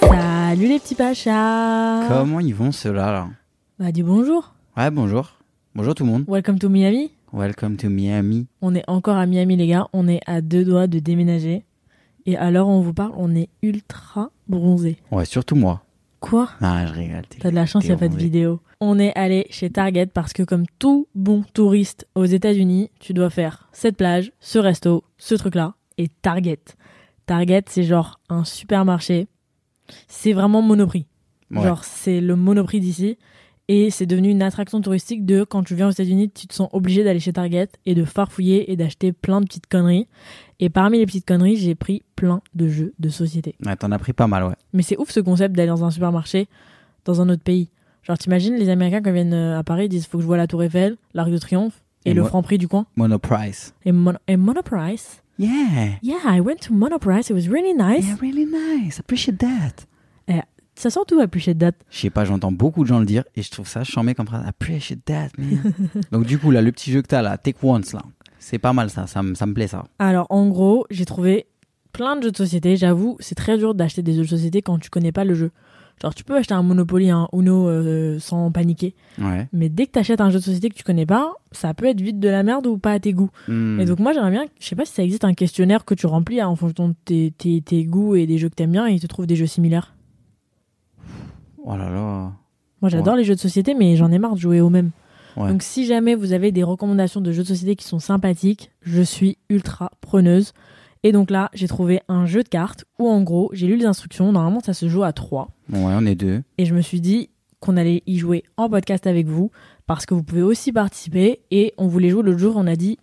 Salut les petits pachas Comment ils vont ceux-là là Bah dis bonjour Ouais, bonjour. Bonjour tout le monde. Welcome to Miami Welcome to Miami. On est encore à Miami les gars, on est à deux doigts de déménager. Et alors on vous parle, on est ultra bronzé. Ouais, surtout moi. Quoi Ah, je rigole. t'es- T'as de la chance, t'es y a pas de bronzé. vidéo. On est allé chez Target parce que comme tout bon touriste aux États-Unis, tu dois faire cette plage, ce resto, ce truc-là et Target. Target, c'est genre un supermarché. C'est vraiment Monoprix. Ouais. Genre c'est le Monoprix d'ici et c'est devenu une attraction touristique de quand tu viens aux États-Unis, tu te sens obligé d'aller chez Target et de farfouiller et d'acheter plein de petites conneries. Et parmi les petites conneries, j'ai pris plein de jeux de société. Ouais, t'en as pris pas mal, ouais. Mais c'est ouf ce concept d'aller dans un supermarché dans un autre pays. Genre, t'imagines les Américains quand ils viennent euh, à Paris, ils disent faut que je vois la Tour Eiffel, l'Arc de Triomphe et, Et le moi- Franprix du coin Monoprice. et, Mon- et Monoprice. Yeah. Yeah, I went to Monoprice, it was really nice. Yeah, really nice. Appreciate that. Ça sent tout à plus de date. Je sais pas, j'entends beaucoup de gens le dire et je trouve ça chambé comme phrase. Appreciate that, man. Donc du coup, là, le petit jeu que t'as là, Take Once là. C'est pas mal ça, ça, me- ça me plaît ça. Alors, en gros, j'ai trouvé plein de jeux de société. J'avoue, c'est très dur d'acheter des jeux de société quand tu connais pas le jeu. Genre, tu peux acheter un Monopoly, un Uno euh, sans paniquer. Ouais. Mais dès que t'achètes un jeu de société que tu connais pas, ça peut être vite de la merde ou pas à tes goûts. Hmm. Et donc moi j'aimerais bien, je sais pas si ça existe un questionnaire que tu remplis en fonction de tes, tes, tes goûts et des jeux que t'aimes bien et ils te trouvent des jeux similaires. Oh là là. Moi j'adore les jeux de société mais j'en ai marre de jouer aux mêmes. Ouais. Donc si jamais vous avez des recommandations de jeux de société qui sont sympathiques, je suis ultra preneuse. Et donc là j'ai trouvé un jeu de cartes où en gros j'ai lu les instructions, normalement ça se joue à 3. Bon, ouais, on est deux. et je me suis dit qu'on allait y jouer en podcast avec vous parce que vous pouvez aussi participer et on voulait jouer l'autre jour, on a dit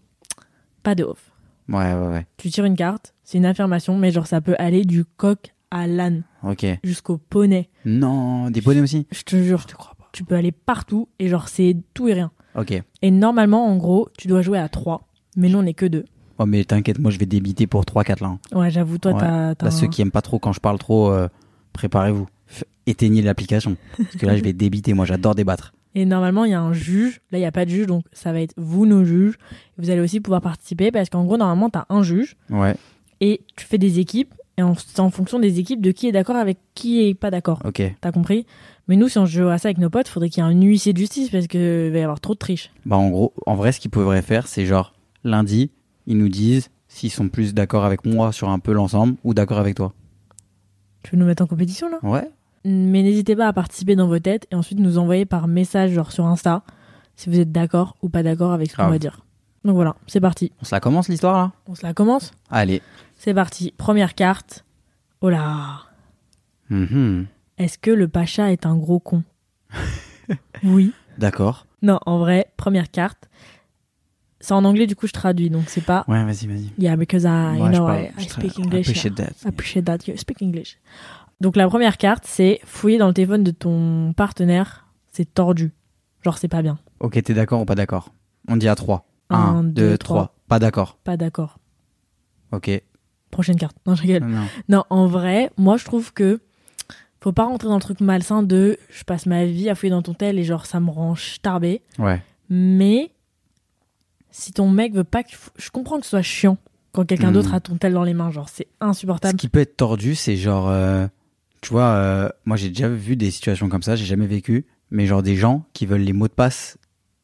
pas de off. Ouais, ouais, ouais. Tu tires une carte, c'est une affirmation, mais genre ça peut aller du coq à l'âne Ok. jusqu'au poney. Non, des bonnets aussi Je te jure, tu peux aller partout et genre c'est tout et rien. Ok. Et normalement, en gros, tu dois jouer à 3, mais nous on est que 2. Oh, mais t'inquiète, moi je vais débiter pour 3-4 là. hein. Ouais, j'avoue, toi Ouais. t'as. t'as un- Là, Bah, ceux qui aiment pas trop quand je parle trop, euh, préparez-vous. F- Éteignez l'application. Parce que là, je vais débiter. Moi, j'adore débattre. Et normalement, il y a un juge. Là, il n'y a pas de juge, donc ça va être vous, nos juges. Vous allez aussi pouvoir participer parce qu'en gros, normalement, t'as un juge Ouais. et tu fais des équipes. Et en- c'est en fonction des équipes de qui est d'accord avec qui est pas d'accord. Ok. T'as compris Mais nous, si on joue à ça avec nos potes, faudrait qu'il y ait un huissier de justice parce qu'il va y avoir trop de triche. Bah, en gros, en vrai, ce qu'ils pourraient faire, c'est genre, lundi, ils nous disent s'ils sont plus d'accord avec moi sur un peu l'ensemble ou d'accord avec toi. Tu veux nous mettre en compétition là Ouais. Mais n'hésitez pas à participer dans vos têtes et ensuite nous envoyer par message, genre sur Insta, si vous êtes d'accord ou pas d'accord avec ce qu'on Grave. va dire. Donc voilà, c'est parti. On se la commence l'histoire là On se la commence Allez. C'est parti. Première carte. Oh là Mhm. Est-ce que le Pacha est un gros con Oui. D'accord. Non, en vrai, première carte. C'est en anglais, du coup, je traduis, donc c'est pas. Ouais, vas-y, vas-y. Yeah, because I, Ah, you Ouais, je know, parle- I, I je speak tra- English. appreciate yeah. that. Appreciate that you speak English. Donc la première carte, c'est fouiller dans le téléphone de ton partenaire, c'est tordu. Genre c'est pas bien. Ok, t'es d'accord ou pas d'accord On dit à 3. Un, 1, deux, 2, trois. 3. Pas d'accord. Pas d'accord. Ok. Prochaine carte. Non, je rigole. Non. Non, en vrai, moi je trouve que faut pas rentrer dans le truc malsain de je passe ma vie à fouiller dans ton tel et genre ça me rend starbé. Ouais. Mais si ton mec veut pas que je comprends que ce soit chiant quand quelqu'un Mhm. d'autre a ton tel dans les mains, genre c'est Ce insupportable. qui peut être tordu, c'est genre, euh, tu vois, euh, moi j'ai déjà vu des situations comme ça, j'ai jamais vécu, mais genre des gens qui veulent les mots de passe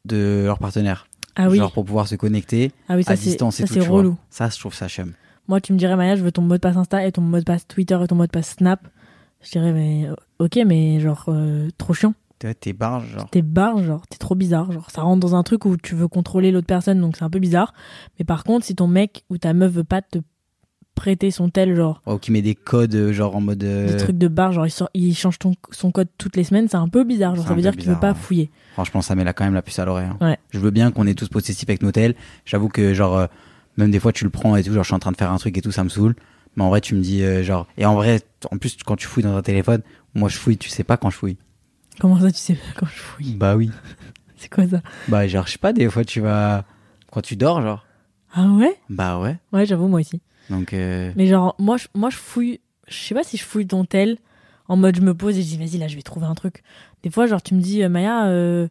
de leur partenaire, Ah oui, genre pour pouvoir se connecter ah oui, ça à c'est distance et ça, tout. c'est tu vois. relou. Ça, je trouve ça chum. Moi, tu me dirais, Maya, je veux ton mot de passe Insta et ton mot de passe Twitter et ton mot de passe Snap. Je dirais, mais euh, ok, mais genre, euh, trop chiant. T'es t'es barge, genre. T'es barre, genre, t'es trop bizarre. Genre, ça rentre dans un truc où tu veux contrôler l'autre personne, donc c'est un peu bizarre. Mais par contre, si ton mec ou ta meuf veut pas te prêtés sont tels, genre Oh, qui met des codes, euh, genre en mode. euh, des trucs de bar, genre il, sort- il change ton, son code toutes les semaines, c'est un peu bizarre, genre C'est ça un veut peu dire qu'il veut bizarre, pas ouais. fouiller. Franchement, ça met la, quand même la puce à l'oreille. hein. Ouais. Je veux bien qu'on est tous possessifs avec nos tels. J'avoue que, genre, euh, même des fois, tu le prends et tout. Genre, je suis en train de faire un truc et tout, ça me saoule. Mais en vrai, tu me dis, euh, genre. Et en vrai, t- en plus, quand tu fouilles dans un téléphone, moi, je fouille, tu sais pas quand je fouille. Comment ça, tu sais pas quand je fouille Bah oui. C'est quoi ça Bah, genre, je sais pas, des fois, tu vas. Quand tu dors, genre. Ah ouais Bah ouais. Ouais, j'avoue, moi aussi. Donc, euh, Mais genre, moi, je, moi, je fouille. Je sais pas si je fouille ton tel en mode je me pose et je dis vas-y là je vais trouver un truc. Des fois genre tu me dis euh, Maya, euh,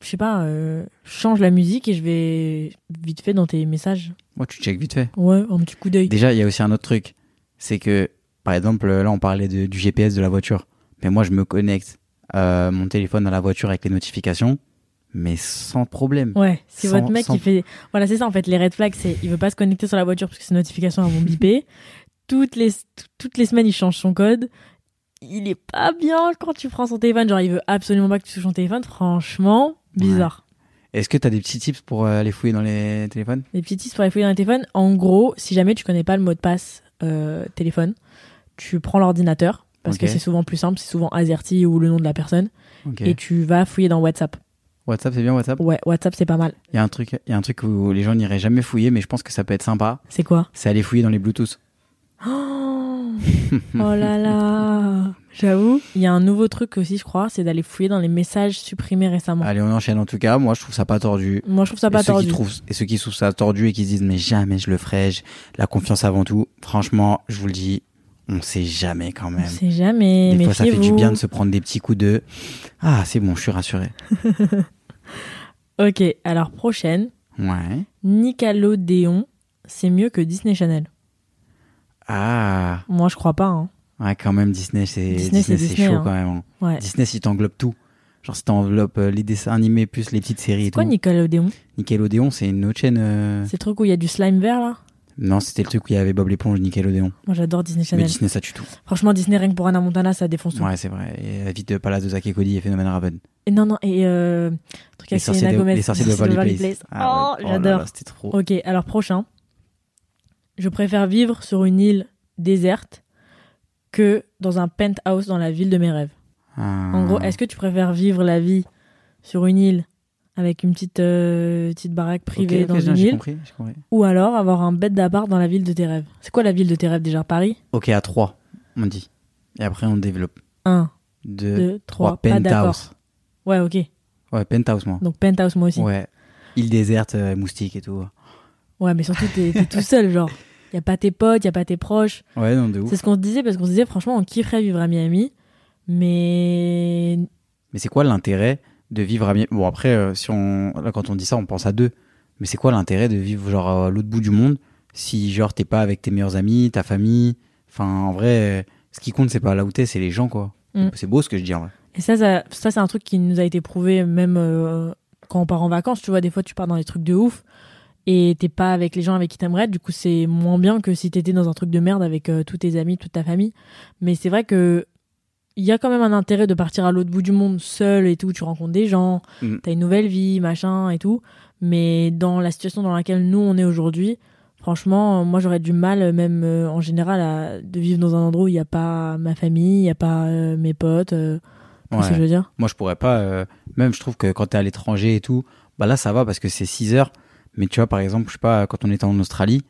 je sais pas, euh, change la musique et je vais vite fait dans tes messages. moi, tu check vite fait. Ouais, un petit coup d'œil. Déjà, il y a aussi un autre truc. C'est que, par exemple, là, on parlait de- du GPS de la voiture. Mais moi, je me connecte euh, mon téléphone à la voiture avec les notifications, mais sans problème. Ouais, si Sans- votre mec sans- il fait voilà, c'est ça en fait les red flags c'est il veut pas se connecter sur la voiture parce que ses notifications elles vont biper. toutes les toutes les semaines il change son code. Il est pas bien quand tu prends son téléphone, genre il veut absolument pas que tu touches son téléphone, franchement, bizarre. Est-ce que tu as des petits tips pour euh, aller fouiller dans les téléphones Des petits tips pour les fouiller dans les téléphones. En gros, si jamais tu connais pas le mot de passe euh, téléphone, tu prends l'ordinateur parce Ok. que c'est souvent plus simple, c'est souvent AZERTY ou le nom de la personne Ok. et tu vas fouiller dans WhatsApp. WhatsApp, c'est bien WhatsApp Ouais, WhatsApp c'est pas mal. Il y, a un truc- il y a un truc où les gens n'iraient jamais fouiller, mais je pense que ça peut être sympa. C'est quoi C'est aller fouiller dans les Bluetooth. Oh, Oh là là J'avoue, il y a un nouveau truc aussi je crois, c'est d'aller fouiller dans les messages supprimés récemment. Allez, on enchaîne en tout cas. Moi, je trouve ça pas tordu. Moi je trouve ça et pas Ah, ceux tordu. Qui trouvent, et ceux qui trouvent ça tordu et qui se disent mais jamais je le ferai, je- la confiance avant tout, franchement, je vous le dis, on sait jamais quand On même. sait jamais, Des mais fois, ça fait du bien de se prendre des petits coups de Ah, c'est bon, je suis rassuré. Ok, alors prochaine, Ouais. Nickelodeon, c'est mieux que Disney Channel. Ah, Moi je crois pas hein. ouais, quand même, Disney, c'est Disney, Disney, c'est c'est Disney, chaud hein. quand même. hein. Ouais. Disney, si t'englobes tout. Genre, si t'englobes euh, les dessins animés plus les petites séries et C'est quoi tout. Nickelodeon Nickelodeon, c'est une autre chaîne. euh, C'est le truc où il y a du slime vert là Non, c'était le truc où il y avait Bob l'éponge, Nickelodeon. Moi j'adore Disney Mais Channel. Disney, ça tue tout. Franchement, Disney rien que pour Anna Montana, ça défonce tout. Ouais, c'est vrai. Et la vie de Palace de Zack et Cody et Phénomène Raven. Et non, non, et euh, le truc les avec sorciers, Selena de, Gomez. les sorciers de Sorciers Waverly Waverly Place. Place. Ah oh, ouais. là j'adore. là, C'était trop. Ok, alors prochain. Je préfère vivre sur une île déserte que dans un penthouse dans la ville de mes rêves. Ah. En gros, est-ce que tu préfères vivre la vie sur une île avec une petite, euh, petite baraque privée dans une J'ai île compris, j'ai compris. ou alors avoir un bête d'appart dans la ville de tes rêves C'est quoi la ville de tes rêves déjà Paris Ok, à 3, on dit. Et après, on développe. 1, 2, 2, 3. 3, Pas d'accord. penthouse. Ouais, ok. Ouais, penthouse, moi. Donc penthouse moi aussi. Ouais. Île déserte, euh, moustique et tout. Ouais, mais surtout, t'es t'es tout seul, genre. Y a pas tes potes, y a pas tes proches. Ouais, non, de ouf. C'est ce qu'on se disait parce qu'on se disait, franchement, on kifferait vivre à Miami. Mais. Mais c'est quoi l'intérêt de vivre à Miami Bon, après, euh, si on... là, quand on dit ça, on pense à deux. Mais c'est quoi l'intérêt de vivre genre à l'autre bout du monde si genre t'es pas avec tes meilleurs amis, ta famille Enfin, en vrai, euh, ce qui compte, c'est pas là où t'es, c'est les gens, quoi. Mm. C'est beau ce que je dis en vrai. Et ça, ça, ça, c'est un truc qui nous a été prouvé même euh, quand on part en vacances. Tu vois, des fois, tu pars dans des trucs de ouf et t'es pas avec les gens avec qui t'aimerais. Du coup, c'est moins bien que si t'étais dans un truc de merde avec euh, tous tes amis, toute ta famille. Mais c'est vrai que. Il y a quand même un intérêt de partir à l'autre bout du monde seul et tout, tu rencontres des gens, Mm. t'as une nouvelle vie, machin et tout. Mais dans la situation dans laquelle nous on est aujourd'hui, franchement, euh, moi j'aurais du mal, euh, même euh, en général, à, de vivre dans un endroit où il n'y a pas ma famille, il n'y a pas euh, mes potes. euh, tu vois ce Ouais. que je veux dire Moi, je pourrais pas. euh, même, je trouve que quand t'es à l'étranger et tout, bah là, ça va parce que c'est 6 heures. Mais tu vois, par exemple, je sais pas, quand on était en Australie,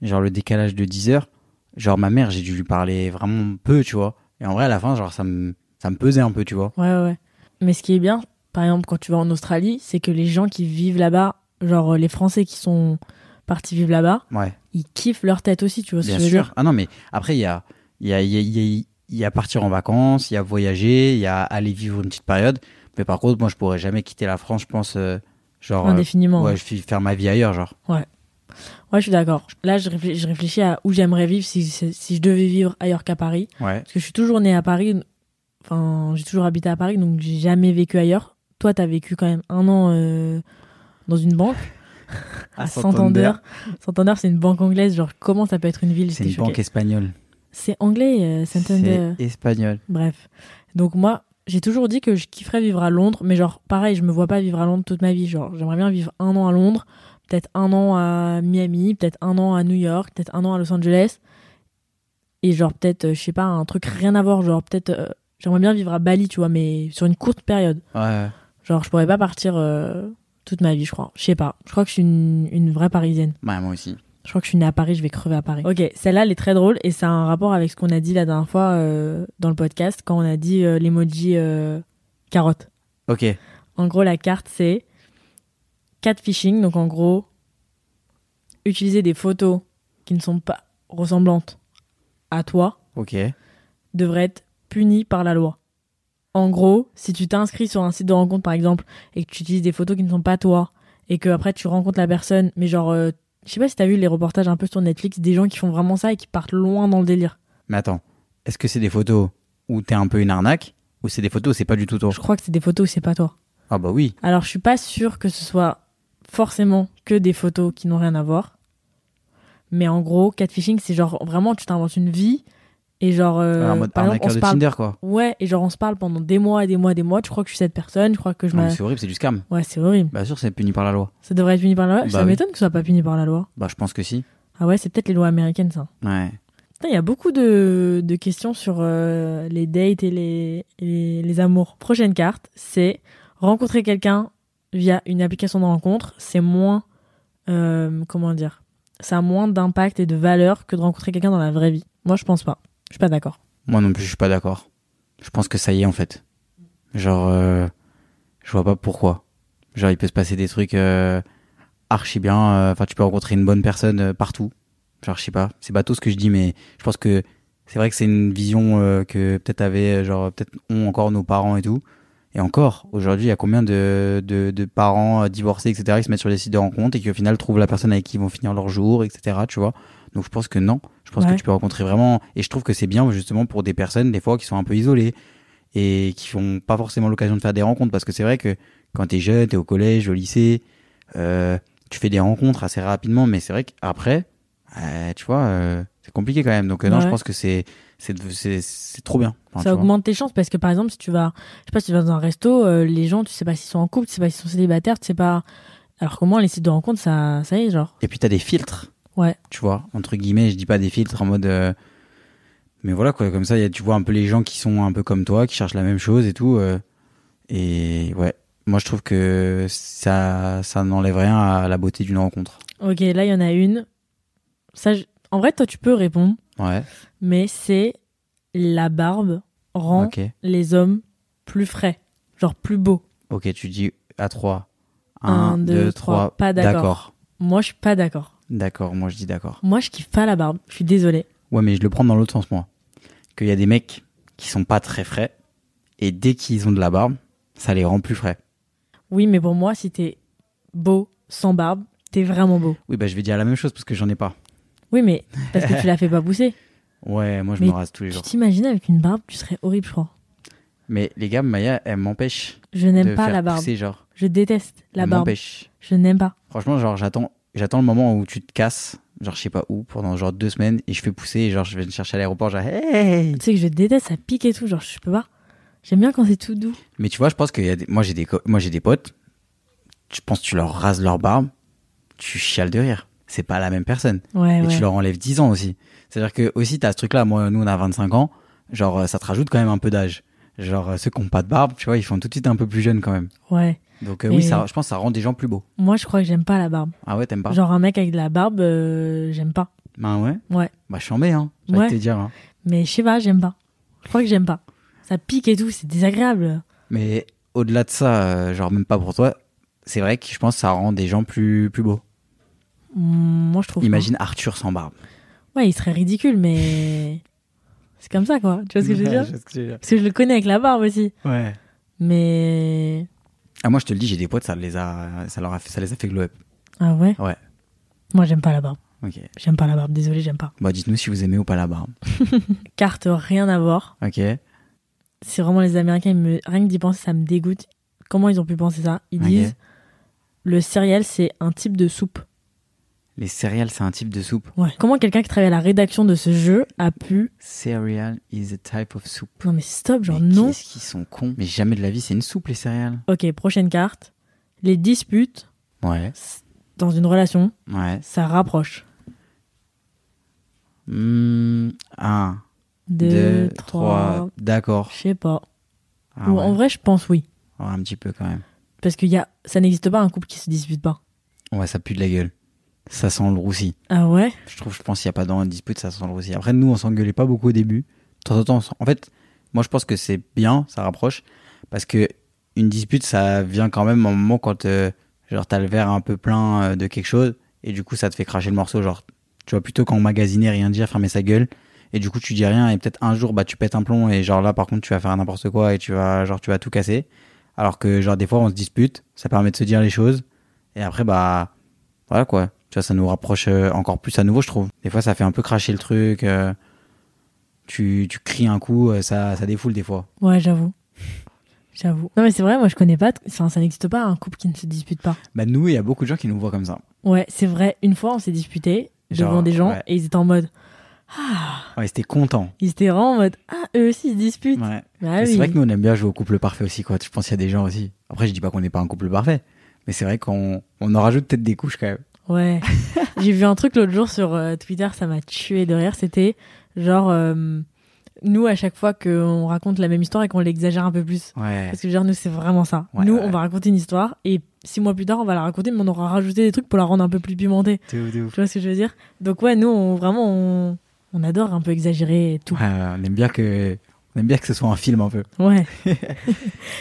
genre le décalage de 10 heures, genre ma mère, j'ai dû lui parler vraiment peu, tu vois. Et en vrai, à la fin, genre, ça me, ça me pesait un peu, tu vois. Ouais, ouais, ouais. Mais ce qui est bien, par exemple, quand tu vas en Australie, c'est que les gens qui vivent là-bas, genre euh, les Français qui sont partis vivre là-bas, Ouais, ils kiffent leur tête aussi, tu vois ce bien que je veux sûr. dire Ah non, mais après, il y a, il y, a, il y, a, il y a- il y a partir en vacances, il y a voyager, il y a aller vivre une petite période. Mais par contre, moi, je pourrais jamais quitter la France, je pense, euh, genre. euh, Indéfiniment. ouais, ouais. je vais faire ma vie ailleurs, genre. Ouais, je suis d'accord. Là, je, réfléch- je réfléchis à où j'aimerais vivre si, si je devais vivre ailleurs qu'à Paris. Ouais. Parce que je suis toujours née à Paris. Enfin, j'ai toujours habité à Paris, donc j'ai jamais vécu ailleurs. Toi, t'as vécu quand même un an euh, dans une banque. À À Santander. Santander. Santander, c'est une banque anglaise. Genre, comment ça peut être une ville C'est J'étais une banque choquée. espagnole. C'est anglais, euh, Santander. C'est espagnol. Bref. Donc, moi, j'ai toujours dit que je kifferais vivre à Londres. Mais genre, pareil, je me vois pas vivre à Londres toute ma vie. Genre, j'aimerais bien vivre un an à Londres. peut-être un an à Miami, peut-être un an à New York, peut-être un an à Los Angeles. Et genre, peut-être, euh, je sais pas, un truc rien à voir. Genre, peut-être, euh, j'aimerais bien vivre à Bali, tu vois, mais sur une courte période. Ouais. Genre, je pourrais pas partir euh, toute ma vie, je crois. Je sais pas. Je crois que je suis une, une vraie parisienne. Ouais, moi aussi. Je crois que je suis née à Paris, je vais crever à Paris. Ok, celle-là, elle est très drôle et ça a un rapport avec ce qu'on a dit la dernière fois euh, dans le podcast quand on a dit euh, l'emoji euh, carotte. Ok. En gros, la carte, c'est catfishing. Donc, en gros, utiliser des photos qui ne sont pas ressemblantes à toi Ok. devrait être puni par la loi. En gros, si tu t'inscris sur un site de rencontre, par exemple, et que tu utilises des photos qui ne sont pas toi, et que après tu rencontres la personne, mais genre, euh, je sais pas si t'as vu les reportages un peu sur Netflix des gens qui font vraiment ça et qui partent loin dans le délire. Mais attends, est-ce que c'est des photos où t'es un peu une arnaque ou c'est des photos où c'est pas du tout toi Je crois que c'est des photos où c'est pas toi. Ah bah oui. Alors, je suis pas sûre que ce soit forcément que des photos qui n'ont rien à voir. Mais en gros, catfishing, c'est genre vraiment tu t'inventes une vie et genre. euh, en mode par exemple, on arnaqueur se de parle Tinder quoi. Ouais, et genre on se parle pendant des mois et des mois et des mois. Tu crois que je suis cette personne, je crois que je Non, m'a- mais c'est horrible, c'est du scam. Ouais, c'est horrible. Bah sûr, c'est puni par la loi. Ça devrait être puni par la loi. Bah ça oui. m'étonne que ce soit pas puni par la loi. Bah je pense que si. Ah ouais, c'est peut-être les lois américaines, ça. Ouais. Putain, il y a beaucoup de, de questions sur euh, les dates et les, et les, les amours. Prochaine carte, c'est rencontrer quelqu'un via une application de rencontre. C'est moins. euh, comment dire Ça a moins d'impact et de valeur que de rencontrer quelqu'un dans la vraie vie. Moi, je pense pas. Je suis pas d'accord. Moi non plus, je suis pas d'accord. Je pense que ça y est en fait. Genre, euh, je vois pas pourquoi. Genre, il peut se passer des trucs euh, archi bien. euh, Enfin, tu peux rencontrer une bonne personne euh, partout. Genre, je sais pas. C'est bateau ce que je dis, mais je pense que c'est vrai que c'est une vision euh, que peut-être avaient, euh, genre, peut-être ont encore nos parents et tout. Et encore, aujourd'hui, il y a combien de, de, de parents euh, divorcés, etc., qui se mettent sur des sites de rencontres et qui au final trouvent la personne avec qui ils vont finir leur jour, etc., tu vois. Donc je pense que non. Je pense Ouais. que tu peux rencontrer vraiment. Et je trouve que c'est bien justement pour des personnes, des fois, qui sont un peu isolées et qui n'ont pas forcément l'occasion de faire des rencontres. Parce que c'est vrai que quand t'es jeune, t'es au collège, au lycée, euh, tu fais des rencontres assez rapidement. Mais c'est vrai qu'après, euh, tu vois, euh, c'est compliqué quand même. Donc euh, non, je Ouais. pense que c'est c'est c'est- c'est trop bien. Enfin, tu ça vois. augmente tes chances parce que par exemple si tu vas je sais pas si tu vas dans un resto euh, les gens tu sais pas s'ils sont en couple tu sais pas s'ils sont célibataires tu sais pas alors comment les sites de rencontres ça ça y est genre Et puis t'as des filtres. Ouais. Tu vois, entre guillemets, je dis pas des filtres en mode. euh, Mais voilà quoi, comme ça, y a- tu vois un peu les gens qui sont un peu comme toi, qui cherchent la même chose et tout. euh, Et ouais, moi je trouve que ça, ça n'enlève rien à la beauté d'une rencontre. ok là il y en a une ça je- en vrai toi tu peux répondre Ouais. mais c'est la barbe rend Ok. les hommes plus frais genre plus beaux Ok, tu dis à 3. Un, 1, deux, 2, trois. 3. Pas d'accord. moi je suis pas d'accord D'accord, moi je dis d'accord. moi je kiffe pas la barbe je suis désolée Ouais, mais je le prends dans l'autre sens, moi. Qu'il y a des mecs qui sont pas très frais et dès qu'ils ont de la barbe, ça les rend plus frais. oui mais pour moi si t'es beau sans barbe t'es vraiment beau Oui, bah je vais dire la même chose parce que j'en ai pas. oui mais parce que tu la fais pas pousser Ouais, moi je Mais me rase tous les tu jours. t'imagines avec une barbe tu serais horrible je crois Mais les gars, Maya, elle m'empêche Je de n'aime pas faire la barbe. pousser, genre. Je déteste la elle barbe. m'empêche. Je n'aime pas. Franchement, genre j'attends, j'attends le moment où tu te casses, genre je sais pas où, pendant genre deux semaines, et je fais pousser, et genre je vais te chercher à l'aéroport, genre hey. Tu sais que je déteste, ça pique et tout. Genre, je peux pas. J'aime bien quand c'est tout doux. Mais tu vois, je pense que moi j'ai des, co- moi j'ai des potes. Je pense que tu leur rases leur barbe, tu chiales de rire. C'est pas la même personne. Ouais, et Eh ouais. tu leur enlèves 10 ans aussi. C'est-à-dire que aussi t'as ce truc là, moi nous on a 25 ans, genre euh, ça te rajoute quand même un peu d'âge. Genre euh, ceux qui ont pas de barbe, tu vois, ils font tout de suite un peu plus jeunes quand même. Ouais. Donc euh, Mais- oui, ça, je pense que ça rend des gens plus beaux. Moi, je crois que j'aime pas la barbe. Ah ouais, t'aimes pas Genre, un mec avec de la barbe, euh, j'aime pas. Ben ouais. Ouais. Bah chambé hein. J'ai envie de Ouais. te dire. hein. Mais je sais pas, j'aime pas. Je crois que j'aime pas. Ça pique et tout, c'est désagréable. Mais au-delà de ça, euh, genre même pas pour toi, c'est vrai que je pense que ça rend des gens plus plus beaux. Mm, Moi, je trouve. pas. Imagine Arthur sans barbe. Ouais, il serait ridicule, mais. C'est comme ça, quoi. Tu vois ce que je veux dire dire Parce que je le connais avec la barbe aussi. Ouais. Mais. Ah moi je te le dis, j'ai des potes, ça les a, ça leur a fait, ça les a fait glow up. Ah ouais Ouais. Moi, j'aime pas la barbe. Ok. J'aime pas la barbe, désolé, j'aime pas. Bah dites-nous si vous aimez ou pas la barbe. Carte rien à voir. Ok. c'est vraiment les Américains, ils me- rien que d'y penser, ça me dégoûte. Comment ils ont pu penser ça Ils Ok. disent le céréal, c'est un type de soupe. Les céréales, c'est un type de soupe. Comment quelqu'un qui travaille à la rédaction de ce jeu a pu. Cereal is a type of soup. Non, mais stop, genre Mais non. Qu'est-ce qu'ils sont cons. Mais jamais de la vie, c'est une soupe les céréales. Ok, prochaine carte. Les disputes, Ouais. c- dans une relation, Ouais. ça rapproche. Hmm, un, deux, trois. D'accord. Je sais pas. Ah Ou ouais. En vrai, je pense oui. Ouais, un petit peu quand même. Parce que y a... ça n'existe pas un couple qui se dispute pas. Ouais, ça pue de la gueule. Ça sent le roussi. Ah ouais Je trouve, je pense, qu'il n'y a pas dans de dispute, ça sent le roussi. Après, nous, on s'engueulait pas beaucoup au début. De temps en temps, on s'en- en fait, moi, je pense que c'est bien, ça rapproche. Parce que une dispute, ça vient quand même au moment quand, euh, genre, t'as le verre un peu plein euh, de quelque chose. Et du coup, ça te fait cracher le morceau. Genre, tu vois, plutôt quand on magasinait, rien dire, fermer sa gueule. Et du coup, tu dis rien. Et peut-être un jour, bah, tu pètes un plomb. Et genre, là, par contre, tu vas faire n'importe quoi. Et tu vas, genre, tu vas tout casser. Alors que, genre, des fois, on se dispute. Ça permet de se dire les choses. Et après, bah, voilà quoi. Tu vois, ça nous rapproche euh, encore plus à nouveau, je trouve. Des fois, ça fait un peu cracher le truc. euh, tu, tu cries un coup, euh, ça, ça défoule des fois. Ouais, j'avoue. J'avoue. Non, mais c'est vrai, moi je connais pas. de- Enfin, ça n'existe pas un couple qui ne se dispute pas. Bah, nous, il y a beaucoup de gens qui nous voient comme ça. Ouais, c'est vrai. Une fois, on s'est disputé Genre, devant des gens ouais. et ils étaient en mode. Ouais, c'était content. Ils étaient vraiment en mode Ah, eux aussi ils se disputent. Ouais. Bah Et oui. C'est vrai que nous, on aime bien jouer au couple parfait aussi, quoi. Je pense qu'il y a des gens aussi. Après, je dis pas qu'on n'est pas un couple parfait, mais c'est vrai qu'on on en rajoute peut-être des couches quand même. Ouais. J'ai vu un truc l'autre jour sur euh, Twitter, ça m'a tué de rire. C'était genre. euh, nous, à chaque fois qu'on raconte la même histoire et qu'on l'exagère un peu plus. Ouais. Parce que genre, nous, c'est vraiment ça. Ouais, nous, ouais. on va raconter une histoire et six mois plus tard, on va la raconter, mais on aura rajouté des trucs pour la rendre un peu plus pimentée. De ouf, de ouf. Tu vois ce que je veux dire Donc, ouais, nous, on, vraiment, on, on adore un peu exagérer et tout. Ouais, on aime bien que. On aime bien que ce soit un film un peu. Ouais.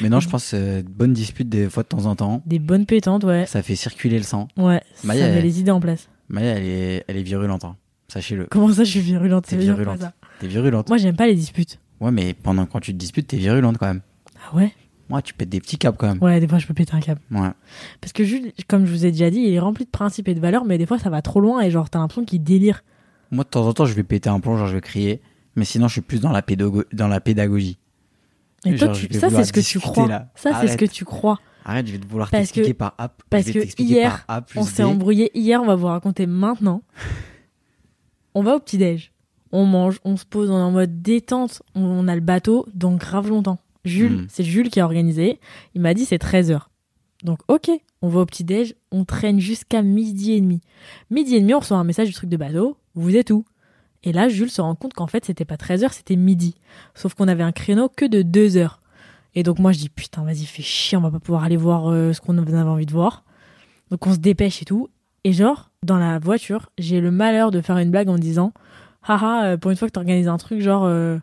Mais non, je pense euh, bonne dispute des fois de temps en temps. Des bonnes pétantes, ouais. Ça fait circuler le sang. Ouais, Bah, y ça a- met les idées en place. Maya, elle est, elle est virulente, hein. sachez-le. Comment ça, je suis virulente ça T'es veut dire quoi, virulente. ça T'es virulente. Moi, j'aime pas les disputes. Ouais, mais pendant quand tu te disputes, t'es virulente quand même. Ah ouais Moi, tu pètes des petits câbles quand même. Ouais, des fois, je peux péter un câble. Ouais. Parce que Jules, comme je vous ai déjà dit, il est rempli de principes et de valeurs, mais des fois, ça va trop loin et genre, t'as l'impression qu'il délire. Moi, de temps en temps, je vais péter un plomb, genre je vais crier. Mais sinon, je suis plus dans la, pédago- dans la pédagogie. Et toi, Genre, tu- je vais ça, c'est vouloir ce que tu discuter, crois. là. Ça, c'est ce Arrête. que tu crois. Arrête, je vais te vouloir Parce t'expliquer que- par A. je Parce vais que t'expliquer hier, par A plus on s'est B. embrouillé. Hier, on va vous raconter maintenant. on va au petit-déj. On mange, on se pose, on est en mode détente. On a le bateau dans grave longtemps. Jules, Hmm. c'est Jules qui a organisé. Il m'a dit c'est 13h. Donc, ok, on va au petit-déj. On traîne jusqu'à midi et demi. Midi et demi, on reçoit un message du truc de bateau. Vous êtes où Et là, Jules se rend compte qu'en fait, c'était pas 13h, c'était midi. Sauf qu'on avait un créneau que de 2 heures. Et donc moi je dis putain vas-y fais chier on va pas pouvoir aller voir euh, ce qu'on avait envie de voir. Donc on se dépêche et tout. Et genre dans la voiture j'ai le malheur de faire une blague en disant haha euh, pour une fois que t'organises un truc genre euh,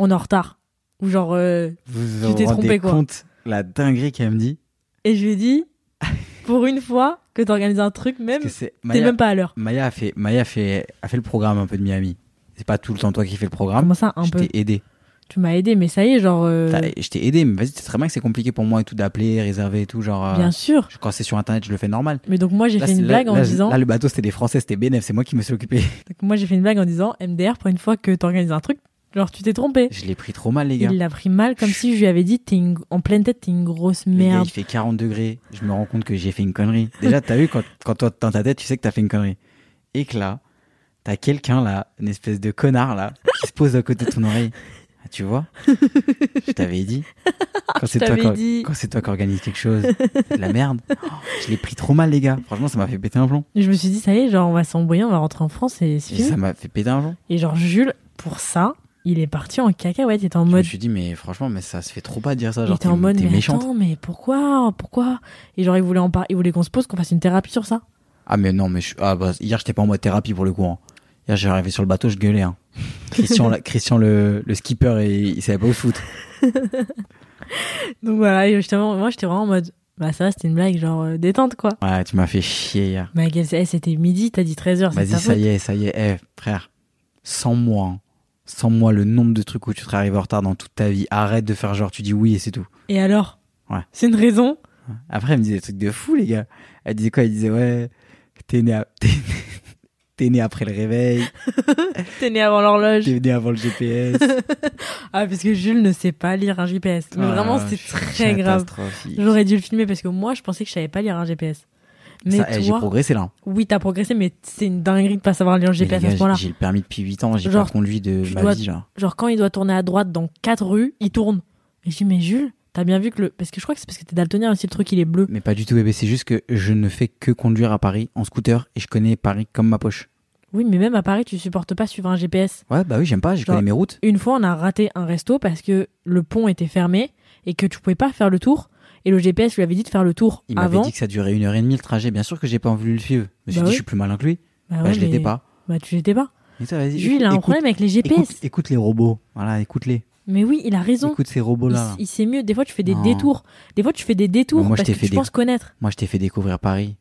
on est en retard ou genre euh, Vous Tu vous t'es rendez trompé, quoi. compte la dinguerie qu'elle me dit et je lui dis pour une fois que t'organises un truc même Parce que c'est t'es Maya, même pas à l'heure. Maya a fait Maya a fait a fait le programme un peu de Miami. C'est pas tout le temps toi qui fais le programme. Comment ça un je peu t'ai aidé. tu m'as aidé mais ça y est genre euh, T'as- Je t'ai aidé, mais vas-y, c'est très bien que c'est compliqué pour moi et tout d'appeler, réserver et tout. Genre, euh, bien sûr. je- quand c'est sur internet, je le fais normal. Mais donc moi j'ai Là, fait c'est- une là- blague en là, disant Là, le bateau, c'était des Français, c'était BNF, c'est moi qui me suis occupé. donc, moi j'ai fait une blague en disant MDR pour une fois que t'organises un truc genre tu t'es trompé. Je l'ai pris trop mal, les gars. Il l'a pris mal, comme si je lui avais dit T'es une- en pleine tête, t'es une grosse Les gars, merde. il fait 40 degrés. Je me rends compte que j'ai fait une connerie. Déjà, t'as vu, quand, quand toi, dans ta tête, tu sais que t'as fait une connerie. Et que là, t'as quelqu'un là, une espèce de connard là, qui se pose à côté de ton oreille. Ah, tu vois Je t'avais dit. Quand c'est toi, t'avais qui- dit. quand c'est toi qui organise quelque chose, c'est de la merde. Oh, je l'ai pris trop mal, les gars. Franchement, ça m'a fait péter un plomb. Je me suis dit Ça y est, genre, on va s'embrouiller, on va rentrer en France et c'est Et fini. ça m'a fait péter un plomb. Et genre, Jules, pour ça, il est parti en cacahuète. Il était en Je me mode. suis dit, mais franchement, mais ça se fait trop pas de dire ça. Il Genre, était t'es en mode t'es Mais méchante. attends, mais pourquoi Pourquoi Et genre, il voulait, en par... il voulait qu'on se pose, qu'on fasse une thérapie sur ça. Ah mais non, mais je... ah bah, hier j'étais pas en mode thérapie pour le coup. hein. Hier j'ai arrivé sur le bateau, je gueulais. Hein. Christian, la- Christian le, le skipper, il, il savait pas où se foutre. Donc voilà, et justement, moi, j'étais vraiment en mode Bah, ça va, c'était une blague, genre, euh, détente, quoi. Ouais, tu m'as fait chier hier. Mais gueule, c'est- eh, c'était midi, t'as dit 13h, Oh, c'est Vas-y, ta ça faute. y est, ça y est, Eh, frère. Sans moi, hein. sans moi, le nombre de trucs où tu te arrives en retard dans toute ta vie, arrête de faire genre, tu dis oui et c'est tout. Et alors Ouais. C'est une raison Après, elle me disait des trucs de fou, les gars. Elle disait quoi Elle disait ouais, t'es né, à- t'es- t'es né après le réveil, T'es né avant l'horloge. t'es né avant le GPS. Ah, parce que Jules ne sait pas lire un GPS. Mais Ah, vraiment, je c'est suis très grave. catastrophique. J'aurais dû le filmer parce que moi, je pensais que je savais pas lire un GPS. Mais Ça, eh, j'ai toi, progressé là. oui, t'as progressé, mais c'est une dinguerie de pas savoir lire un Mais les GPS gars, à ce point-là. J'ai j'ai le permis depuis 8 ans, j'ai Genre, pas conduit de tu ma dois- vie. Genre. Genre, quand il doit tourner à droite dans quatre rues, il tourne. Et je dis, mais Jules, T'as bien vu que le. Parce que je crois que c'est parce que t'es daltonien aussi, le truc, il est bleu. Mais pas du tout, bébé. C'est juste que je ne fais que conduire à Paris en scooter et je connais Paris comme ma poche. Oui, mais même à Paris, tu supportes pas suivre un GPS. Ouais, bah oui, j'aime pas. Je Genre- connais mes routes. Une fois, on a raté un resto parce que le pont était fermé et que tu pouvais pas faire le tour. Et le GPS lui avait dit de faire le tour Il m'avait avant. dit que ça durait une heure et demie le trajet. Bien sûr que j'ai pas voulu le suivre. Je me suis Bah dit, oui. je suis plus malin que lui. Bah Bah, ouais, je l'étais mais- pas. Bah, tu l'étais pas. Mais ça, vas-y. Jules, il a un écoute- problème avec les GPS. Écoute, écoute les robots. Voilà, écoute-les. Mais oui, il a raison. Écoute ces robots-là. là. Il, il sait mieux. Des fois, tu fais des Non. détours. Des fois, tu fais des détours Mais moi, je parce t'ai que fait tu des- penses connaître. Moi, je t'ai fait découvrir Paris.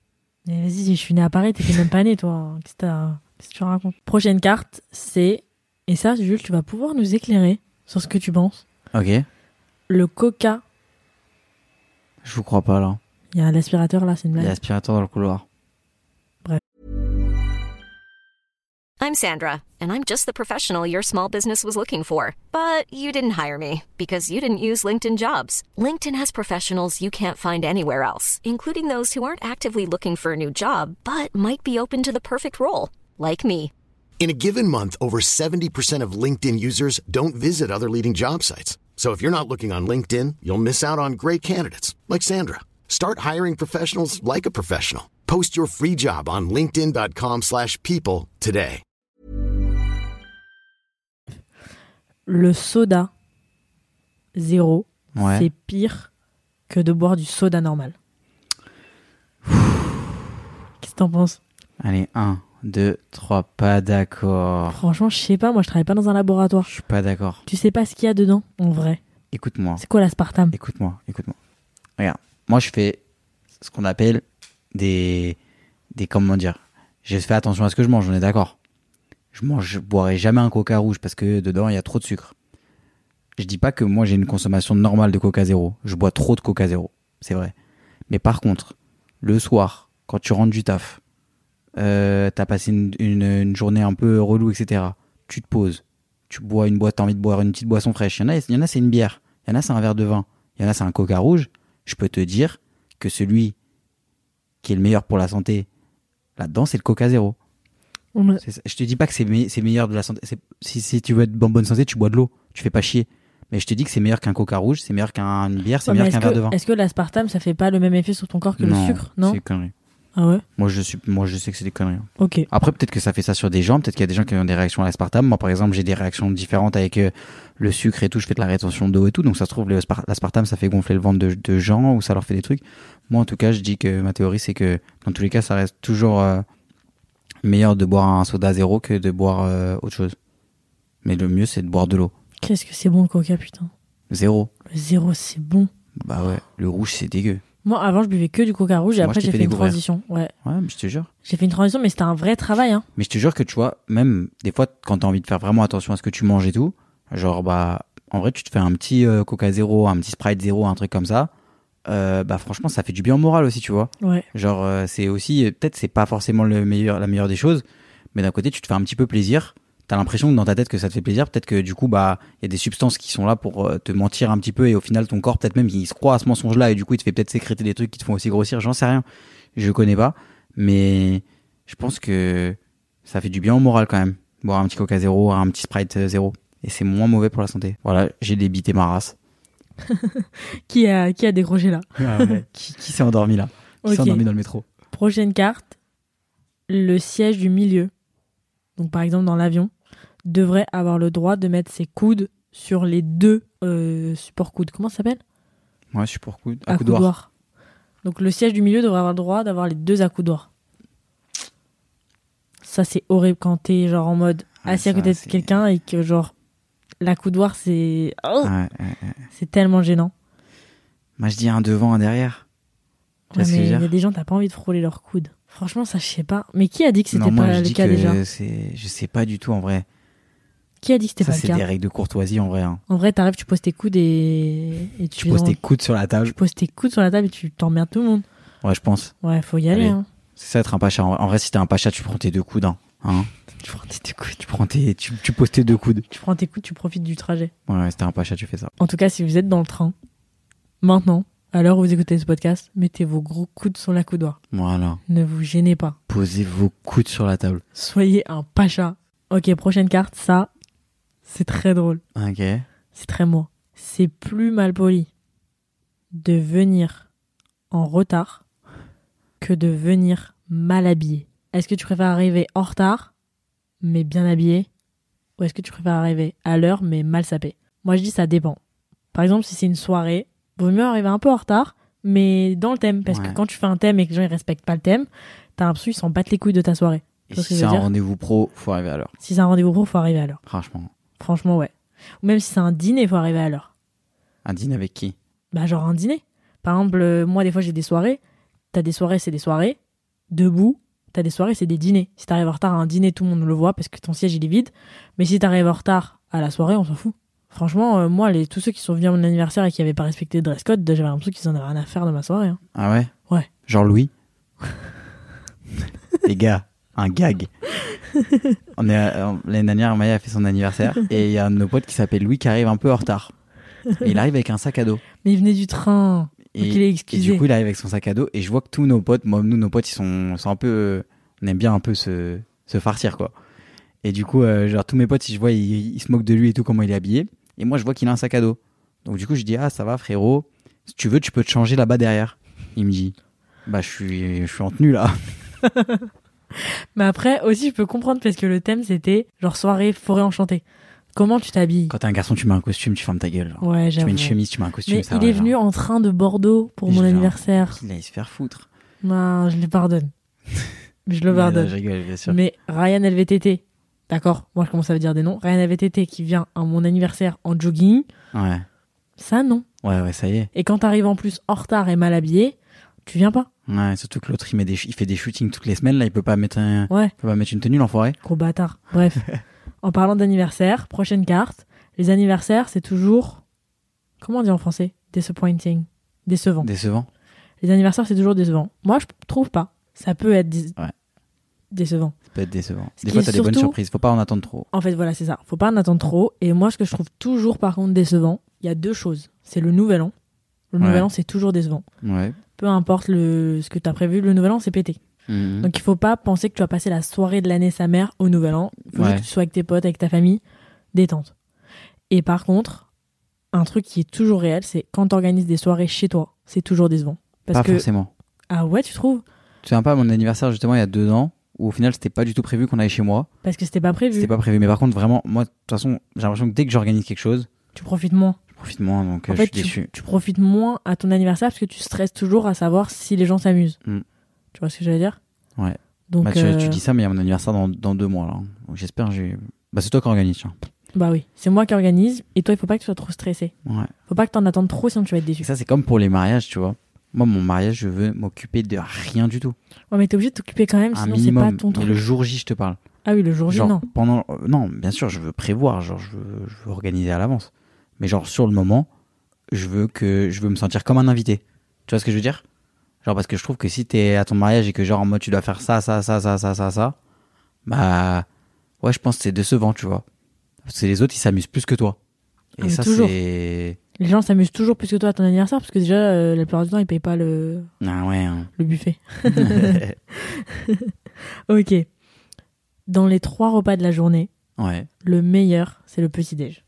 Mais vas-y, si je suis né à Paris, t'étais même pas né, toi. Qu'est-ce que t'as- qu'est-ce que tu racontes Prochaine carte, c'est. Et ça, Jules, tu vas pouvoir nous éclairer sur ce que tu penses. Ok. Le coca. Je vous crois pas, là. Il y a l'aspirateur là, c'est une Il y a blague. l'aspirateur dans le couloir. I'm Sandra, and I'm just the professional your small business was looking for. But you didn't hire me because you didn't use LinkedIn jobs. LinkedIn has professionals you can't find anywhere else, including those who aren't actively looking for a new job but might be open to the perfect role, like me. In a given month, over 70% of LinkedIn users don't visit other leading job sites. So if you're not looking on LinkedIn, you'll miss out on great candidates like Sandra. Start hiring professionals like a professional. Post your free job on linkedin.com/people slash people today. Le soda. Zéro. Ouais. C'est pire que de boire du soda normal. Qu'est-ce que t'en penses Allez, 1, 2, 3. Pas d'accord. Franchement, je sais pas. Moi, je travaille pas dans un laboratoire. Je suis pas d'accord. Tu sais pas ce qu'il y a dedans, en vrai. Écoute-moi. C'est quoi l'aspartame Écoute-moi, écoute-moi. Regarde, moi je fais ce qu'on appelle des, des comment dire. Je fais attention à ce que je mange, on est d'accord. Je mange, je boirai jamais un Coca rouge parce que dedans il y a trop de sucre. Je dis pas que moi j'ai une consommation normale de Coca zéro. Je bois trop de Coca zéro, c'est vrai. Mais par contre, le soir, quand tu rentres du taf, euh, t'as passé une, une- une journée un peu relou, etc. Tu te poses, tu bois une boîte, t'as envie de boire une petite boisson fraîche. Il y en a, il y en a c'est une bière. Il y en a, c'est un verre de vin. Il y en a, c'est un coca rouge. Je peux te dire que celui qui est le meilleur pour la santé là-dedans, c'est le coca zéro. On- C'est ça. Je te dis pas que c'est me- c'est meilleur de la santé. C'est- Si, si tu veux être en bonne santé, tu bois de l'eau. Tu fais pas chier. Mais je te dis que c'est meilleur qu'un coca rouge, c'est meilleur qu'une bière, c'est Ouais, mais meilleur Est-ce qu'un verre de vin. que, est-ce que l'aspartame, ça fait pas le même effet sur ton corps que le sucre Non c'est connerie. Ah ouais Moi je, suis, moi, je sais que c'est des conneries. hein. Ok. Après, peut-être que ça fait ça sur des gens. Peut-être qu'il y a des gens qui ont des réactions à l'aspartame. Moi, par exemple, j'ai des réactions différentes avec euh, le sucre et tout. Je fais de la rétention d'eau et tout. Donc, ça se trouve, le spar- l'aspartame, ça fait gonfler le ventre de, de gens ou ça leur fait des trucs. Moi, en tout cas, je dis que ma théorie, c'est que dans tous les cas, ça reste toujours euh, meilleur de boire un soda zéro que de boire euh, autre chose. Mais le mieux, c'est de boire de l'eau. Qu'est-ce que c'est bon le coca, putain. Zéro. Le zéro, c'est bon. Bah ouais, le rouge, c'est dégueu. Moi, avant, je buvais que du coca rouge et Moi, je après, t'ai j'ai fait fait une découvrir. transition. Ouais. Ouais, mais je te jure. J'ai fait une transition, mais c'était un vrai travail, hein. Mais je te jure que tu vois, même des fois, quand t'as envie de faire vraiment attention à ce que tu manges et tout, genre, bah, en vrai, tu te fais un petit euh, Coca Zéro, un petit Sprite Zéro, un truc comme ça, euh, bah, franchement, ça fait du bien au moral aussi, tu vois. Ouais. Genre, euh, c'est aussi, euh, peut-être, c'est pas forcément le meilleur, la meilleure des choses, mais d'un côté, tu te fais un petit peu plaisir. T'as l'impression que dans ta tête que ça te fait plaisir. Peut-être que du coup, bah, il y a des substances qui sont là pour euh, te mentir un petit peu et au final, ton corps, peut-être même, il se croit à ce mensonge-là et du coup, il te fait peut-être sécréter des trucs qui te font aussi grossir. J'en sais rien. Je connais pas. Mais je pense que ça fait du bien au moral quand même. Boire un petit coca zéro, un petit sprite euh, zéro. Et c'est moins mauvais pour la santé. Voilà, j'ai débité ma race. Qui a, qui a décroché là Ah qui qui s'est endormi là Qui s'est Ok. endormi dans le métro Prochaine carte, le siège du milieu, donc par exemple dans l'avion, devrait avoir le droit de mettre ses coudes sur les deux euh, supports coudes. Comment ça s'appelle Ouais, je suis pour coup, à coudoir. Donc le siège du milieu devrait avoir le droit d'avoir les deux accoudoirs. Ça c'est horrible quand t'es genre en mode Ouais, assis à Ah, ça, côté de c'est- quelqu'un et que genre l'accoudoir c'est Oh Ouais, ouais, ouais. c'est tellement gênant. Moi, je dis un devant, un derrière. Tu vois Ouais, ce que mais je il veux y a dire des gens t'as pas envie de frôler leurs coudes. Franchement ça je sais pas. Mais qui a dit que c'était Non, moi, pas je le dis cas que déjà c'est- Je sais pas du tout en vrai. Qui a dit que c'était Ça, pas le c'est cas des règles de courtoisie en vrai. hein. En vrai, t'arrives, tu poses tes coudes et, et tu, Tu poses en- tes coudes sur la tu table. poses tes coudes sur la table et tu t'emmerdes tout le monde. Ouais, je pense. Ouais, faut y aller. Allez. Hein. C'est ça être un pacha. En vrai- en vrai, si t'es un pacha, tu prends tes deux coudes. Hein. Hein Tu, prends tes, tes coudes, tu, prends tes, tu, tu poses tes deux coudes. tu prends tes coudes, tu profites du trajet. Ouais, ouais, si t'es un pacha, tu fais ça. En tout cas, si vous êtes dans le train, maintenant, à l'heure où vous écoutez ce podcast, mettez vos gros coudes sur la coudoir. Voilà. Ne vous gênez pas. Posez vos coudes sur la table. Soyez un pacha. Ok, prochaine carte, ça, c'est très drôle. Ok. C'est très moi. C'est plus mal poli. de venir en retard que de venir mal habillé Est-ce que tu préfères arriver en retard mais bien habillé ou est-ce que tu préfères arriver à l'heure mais mal sapé Moi je dis ça dépend. Par exemple, si c'est une soirée, vaut mieux arriver un peu en retard mais dans le thème parce Ouais. que quand tu fais un thème et que les gens ils respectent pas le thème, t'as l'impression qu'ils s'en battent les couilles de ta soirée. Et Tu vois ce si que je c'est veux un dire rendez-vous pro, faut arriver à l'heure. Si c'est un rendez-vous pro, faut arriver à l'heure. Franchement. Franchement, ouais. Ou même si c'est un dîner, faut arriver à l'heure. Un dîner avec qui Bah, genre un dîner. Par exemple, euh, moi, des fois, j'ai des soirées. T'as des soirées, c'est des soirées. Debout, t'as des soirées, c'est des dîners. Si t'arrives en retard à un dîner, tout le monde le voit parce que ton siège, il est vide. Mais si t'arrives en retard à la soirée, on s'en fout. Franchement, euh, moi, les, tous ceux qui sont venus à mon anniversaire et qui n'avaient pas respecté le dress code, j'avais l'impression qu'ils en avaient rien à faire de ma soirée. hein. Ah ouais Ouais. Genre Louis Les gars, un gag. On est à- on- L'année dernière, Maya a fait son anniversaire et il y a un de nos potes qui s'appelle Louis qui arrive un peu en retard. Et il arrive avec un sac à dos. Mais ils venaient du train. Et, Donc il est et excusé. du coup, il arrive avec son sac à dos et je vois que tous nos potes, moi, nous, nos potes, ils sont, sont un peu. euh, On aime bien un peu se, se farcir, quoi. Et du coup, euh, genre, tous mes potes, si je vois, ils, ils se moquent de lui et tout, comment il est habillé. Et moi, je vois qu'il a un sac à dos. Donc, du coup, je dis, ah, ça va, frérot. Si tu veux, tu peux te changer là-bas derrière. Il me dit, bah, je suis, je suis en tenue là. Mais après, aussi, je peux comprendre parce que le thème, c'était genre soirée forêt enchantée. Comment tu t'habilles Quand t'es un garçon, tu mets un costume, tu fermes ta gueule. genre. Ouais, tu mets j'avoue. une chemise, tu mets un costume. Mais ça il va, est genre. venu en train de Bordeaux pour Et mon je viens, anniversaire. Il allait se faire foutre. Non, je les pardonne. je le Mais euh, non, Je pardonne. rigole, bien sûr. Mais Ryan LVTT, d'accord, moi je commence à dire des noms. Ryan LVTT qui vient à mon anniversaire en jogging, Ouais. ça non. ouais, ouais, ça y est. Et quand t'arrives en plus en retard et mal habillé, tu viens pas. Ouais, surtout que l'autre il, met des, il fait des shootings toutes les semaines, là il peut pas mettre, un, Ouais, il peut pas mettre une tenue l'enfoiré. gros bâtard. Bref, en parlant d'anniversaire, prochaine carte. Les anniversaires, c'est toujours. Comment on dit en français Disappointing. Décevant. Décevant. Les anniversaires, c'est toujours décevant. Moi, je trouve pas. Ça peut être dé- Ouais. décevant. Ça peut être décevant. Ce Des qui fois est t'as des bonnes surtout- surprises, faut pas en attendre trop. En fait, voilà, c'est ça. Faut pas en attendre trop. Et moi, ce que je trouve toujours, par contre, décevant, il y a deux choses. C'est le nouvel an. Le Ouais. nouvel an, c'est toujours décevant. Ouais. Peu importe le, ce que t'as prévu, le nouvel an, c'est pété. Mhm. Donc, il faut pas penser que tu vas passer la soirée de l'année sa mère au nouvel an. Faut Ouais. juste que tu sois avec tes potes, avec ta famille. Détente. Et par contre, un truc qui est toujours réel, c'est quand t'organises des soirées chez toi, c'est toujours décevant. Parce pas que. forcément. Ah ouais, tu trouves Tu sais pas, mon anniversaire justement il y a deux ans, où au final c'était pas du tout prévu qu'on aille chez moi. Parce que c'était pas prévu. C'était pas prévu. Mais par contre, vraiment, moi de toute façon, j'ai l'impression que dès que j'organise quelque chose, Tu profites moins. je profite moins donc euh, en je fait, suis tu, déçu. tu profites moins à ton anniversaire parce que tu stresses toujours à savoir si les gens s'amusent. Mm. Tu vois ce que je veux dire Ouais. Donc, Bah, tu, euh, tu dis ça, mais il y a mon anniversaire dans, dans deux mois là. Donc j'espère que j'ai. Bah c'est toi qui organise, tiens. bah oui, c'est moi qui organise et toi, il faut pas que tu sois trop stressé. Ouais. Faut pas que t'en attendes trop sinon tu vas être Et déçu. ça c'est comme pour les mariages, tu vois. Moi mon mariage, je veux m'occuper de rien du tout. Ouais, mais t'es obligé de t'occuper quand même, Un sinon c'est pas minimum. ton Mais truc. le jour J, je te parle. Ah oui, le jour J, Genre, non. pendant euh, non bien sûr je veux prévoir genre je veux, je veux organiser à l'avance mais genre sur le moment je veux que je veux me sentir comme un invité tu vois ce que je veux dire genre parce que je trouve que si t'es à ton mariage et que genre en mode tu dois faire ça ça ça ça ça ça ça bah ouais je pense que c'est décevant tu vois parce que les autres ils s'amusent plus que toi et Ah, mais ça toujours. c'est Les gens s'amusent toujours plus que toi à ton anniversaire parce que déjà, euh, la plupart du temps, ils payent pas le, ah ouais hein. le buffet. ok. Dans les trois repas de la journée, ouais le meilleur, c'est le petit-déj.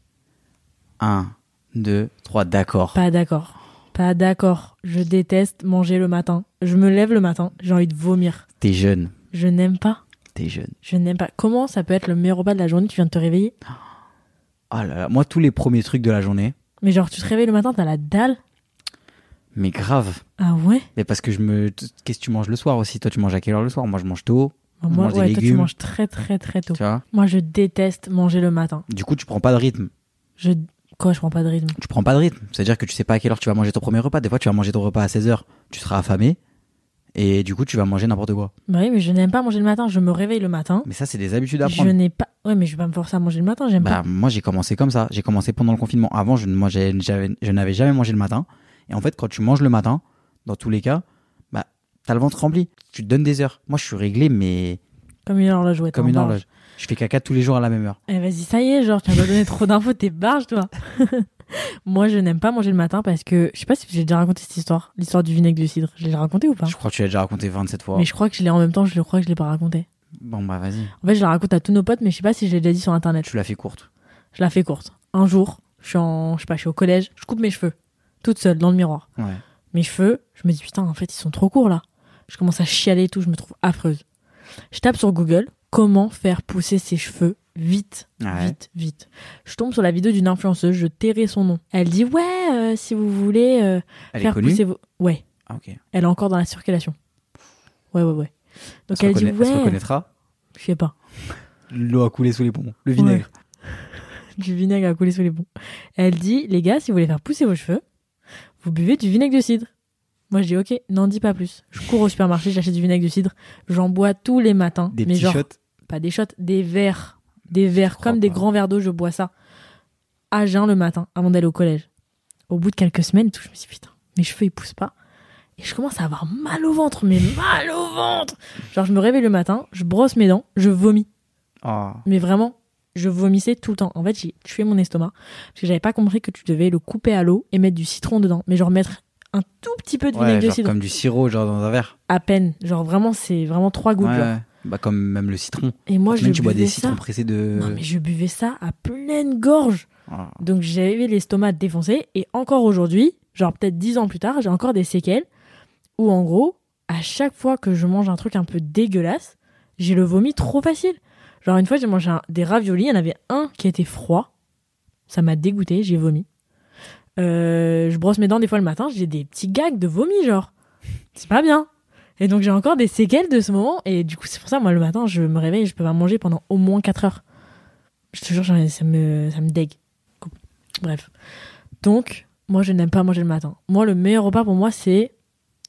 un deux trois d'accord Pas d'accord. Pas d'accord. Je déteste manger le matin. Je me lève le matin, j'ai envie de vomir. t'es jeune Je n'aime pas. t'es jeune Je n'aime pas. Comment ça peut être le meilleur repas de la journée Tu viens de te réveiller. oh là là moi tous les premiers trucs de la journée Mais genre, tu te réveilles le matin, t'as la dalle. mais grave Ah ouais Mais parce que je me. Qu'est-ce que tu manges le soir aussi Toi, tu manges à quelle heure le soir Moi, je mange tôt. Bah, On Moi, mange des ouais, toi, tu légumes. manges très, très, très tôt. Tu vois Moi, je déteste manger le matin. Du coup, tu prends pas de rythme. Je. Quoi, je prends pas de rythme Tu prends pas de rythme. C'est-à-dire que tu sais pas à quelle heure tu vas manger ton premier repas. Des fois, tu vas manger ton repas à 16h. Tu seras affamé. Et du coup, tu vas manger n'importe quoi. Bah oui, mais je n'aime pas manger le matin. Je me réveille le matin. Mais ça, c'est des habitudes à Je prendre. n'ai pas. Ouais, mais je vais pas me forcer à manger le matin. J'aime pas. Bah, moi, j'ai commencé comme ça. J'ai commencé pendant le confinement. Avant, je ne mangeais, j'avais- je n'avais jamais mangé le matin. Et en fait, quand tu manges le matin, dans tous les cas, bah, t'as le ventre rempli. Tu te donnes des heures. Moi, je suis réglé, mais Comme une horloge, ouais. t'es comme en une barge. horloge. Je fais caca tous les jours à la même heure. Eh vas-y, ça y est, genre, tu m'as pas donné trop d'infos, t'es barge, toi. Moi, je n'aime pas manger le matin parce que, je sais pas si j'ai déjà raconté cette histoire, l'histoire du vinaigre de cidre. Je l'ai raconté ou pas Je crois que tu l'as déjà raconté 27 fois. Mais je crois que je l'ai en même temps, je le crois que je l'ai pas raconté. Bon, bah, vas-y. En fait, je la raconte à tous nos potes, mais je sais pas si je l'ai déjà dit sur internet. Tu l'as fait courte. Je la fais courte. Un jour, je suis en, je sais pas, je suis au collège, je coupe mes cheveux. toute seule dans le miroir. Ouais. Mes cheveux, je me dis putain, en fait, ils sont trop courts là. Je commence à chialer et tout, je me trouve affreuse. Je tape sur Google comment faire pousser ses cheveux vite, Ah Ouais. vite, vite. Je tombe sur la vidéo d'une influenceuse, je tairai son nom. Elle dit ouais, euh, si vous voulez euh, Elle est faire connue. pousser vos. Ouais, Ah, ok. elle est encore dans la circulation. Ouais, ouais, ouais. Elle, Donc se elle dit reconna- elle se ouais, reconnaîtra. je sais pas. L'eau a coulé sous les ponts. Le vinaigre. du vinaigre à couler sous les ponts. Elle dit, les gars, si vous voulez faire pousser vos cheveux, vous buvez du vinaigre de cidre. Moi, je dis, ok, n'en dis pas plus. Je cours au supermarché, j'achète du vinaigre de cidre. J'en bois tous les matins. Des mais petits genre, shots. hein. pas des shots, des verres. Des verres, crois comme des pas. grands verres d'eau, je bois ça. À jeun le matin, avant d'aller au collège. Au bout de quelques semaines, et tout, je me suis dit, putain, mes cheveux, ils poussent pas. Et je commence à avoir mal au ventre, mais mal au ventre Genre, je me réveille le matin, je brosse mes dents, je vomis. Oh. Mais vraiment, je vomissais tout le temps. En fait, j'ai tué mon estomac parce que j'avais pas compris que tu devais le couper à l'eau et mettre du citron dedans, mais genre mettre un tout petit peu de Ouais, vinaigre de genre cidre comme du sirop, genre dans un verre. à peine. Genre vraiment, c'est vraiment trois gouttes. Ouais, genre. ouais. Bah, comme même le citron. Et moi, je même tu bois buvais des ça. citrons pressés de. Non, mais je buvais ça à pleine gorge. Oh. Donc j'avais l'estomac défoncé et encore aujourd'hui, genre peut-être dix ans plus tard, j'ai encore des séquelles où en gros, à chaque fois que je mange un truc un peu dégueulasse, j'ai le vomi trop facile. Genre une fois j'ai mangé un- des raviolis, il y en avait un qui était froid, ça m'a dégoûté, j'ai vomi. Euh, je brosse mes dents des fois le matin, j'ai des petits gags de vomi genre. C'est pas bien. Et donc j'ai encore des séquelles de ce moment et du coup c'est pour ça moi le matin je me réveille, je peux pas manger pendant au moins 4 heures. Je te jure, j'en ai- ça me, ça me dégue. Bref. Donc, moi, je n'aime pas manger le matin. Moi, le meilleur repas pour moi, c'est.